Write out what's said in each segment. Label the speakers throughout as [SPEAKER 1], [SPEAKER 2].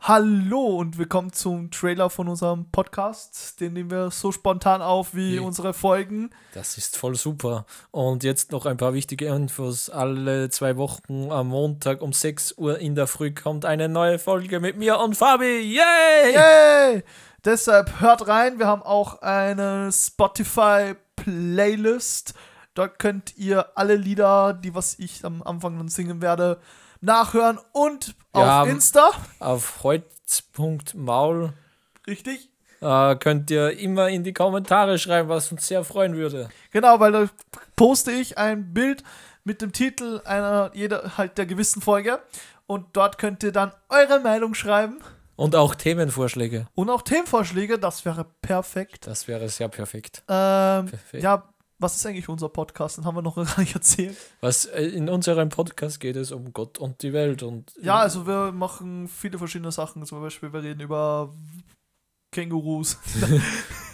[SPEAKER 1] Hallo und willkommen zum Trailer von unserem Podcast. Den nehmen wir so spontan auf wie
[SPEAKER 2] Wie?
[SPEAKER 1] unsere Folgen.
[SPEAKER 2] Das ist voll super. Und jetzt noch ein paar wichtige Infos. Alle zwei Wochen am Montag um 6 Uhr in der Früh kommt eine neue Folge mit mir und Fabi. Yay!
[SPEAKER 1] Yay! Deshalb hört rein. Wir haben auch eine Spotify-Playlist. Dort könnt ihr alle Lieder, die was ich am Anfang dann singen werde, nachhören und
[SPEAKER 2] Ja,
[SPEAKER 1] auf
[SPEAKER 2] m-
[SPEAKER 1] Insta.
[SPEAKER 2] Auf holz.maul
[SPEAKER 1] Richtig?
[SPEAKER 2] äh, könnt ihr immer in die Kommentare schreiben, was uns sehr freuen würde.
[SPEAKER 1] Genau, weil da poste ich ein Bild mit dem Titel einer jeder halt der gewissen Folge und dort könnt ihr dann eure Meinung schreiben
[SPEAKER 2] Und auch Themenvorschläge.
[SPEAKER 1] und auch Themenvorschläge, das wäre perfekt.
[SPEAKER 2] Das wäre sehr perfekt.
[SPEAKER 1] Ähm,
[SPEAKER 2] Perfekt.
[SPEAKER 1] ja, was ist eigentlich unser Podcast? Den haben wir noch gar nicht erzählt.
[SPEAKER 2] Was äh, in unserem Podcast geht es um Gott und die Welt und
[SPEAKER 1] Ja, also wir machen viele verschiedene Sachen. Zum Beispiel, wir reden über Kängurus.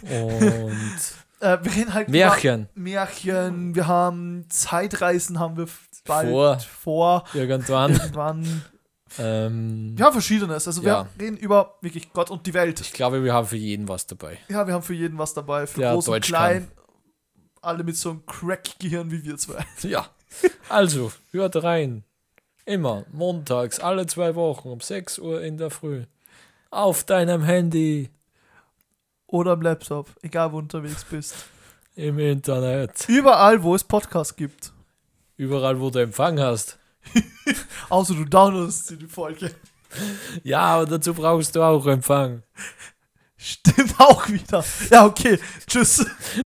[SPEAKER 2] und
[SPEAKER 1] Äh, wir reden halt
[SPEAKER 2] Märchen.
[SPEAKER 1] über Märchen. Wir haben Zeitreisen, haben wir bald
[SPEAKER 2] Vor.
[SPEAKER 1] vor.
[SPEAKER 2] Irgendwann.
[SPEAKER 1] Irgendwann.
[SPEAKER 2] ähm,
[SPEAKER 1] Wir haben verschiedenes. Also
[SPEAKER 2] Ja.
[SPEAKER 1] wir reden über wirklich Gott und die Welt.
[SPEAKER 2] Ich glaube, wir haben für jeden was dabei.
[SPEAKER 1] Ja, wir haben für jeden was dabei. Für
[SPEAKER 2] Der
[SPEAKER 1] groß und
[SPEAKER 2] Deutsch
[SPEAKER 1] klein. Alle mit so einem Crack-Gehirn wie wir zwei.
[SPEAKER 2] Ja. Also, hört rein. Immer montags, alle zwei Wochen um 6 Uhr in der Früh. Auf deinem Handy,
[SPEAKER 1] Oder am Laptop. Egal, wo du unterwegs bist.
[SPEAKER 2] im Internet.
[SPEAKER 1] Überall, wo es Podcasts gibt.
[SPEAKER 2] Überall, wo du Empfang hast.
[SPEAKER 1] Außer du downloadest dir die Folge.
[SPEAKER 2] Ja, aber dazu brauchst du auch Empfang.
[SPEAKER 1] Stimmt auch wieder. Ja, okay. Tschüss.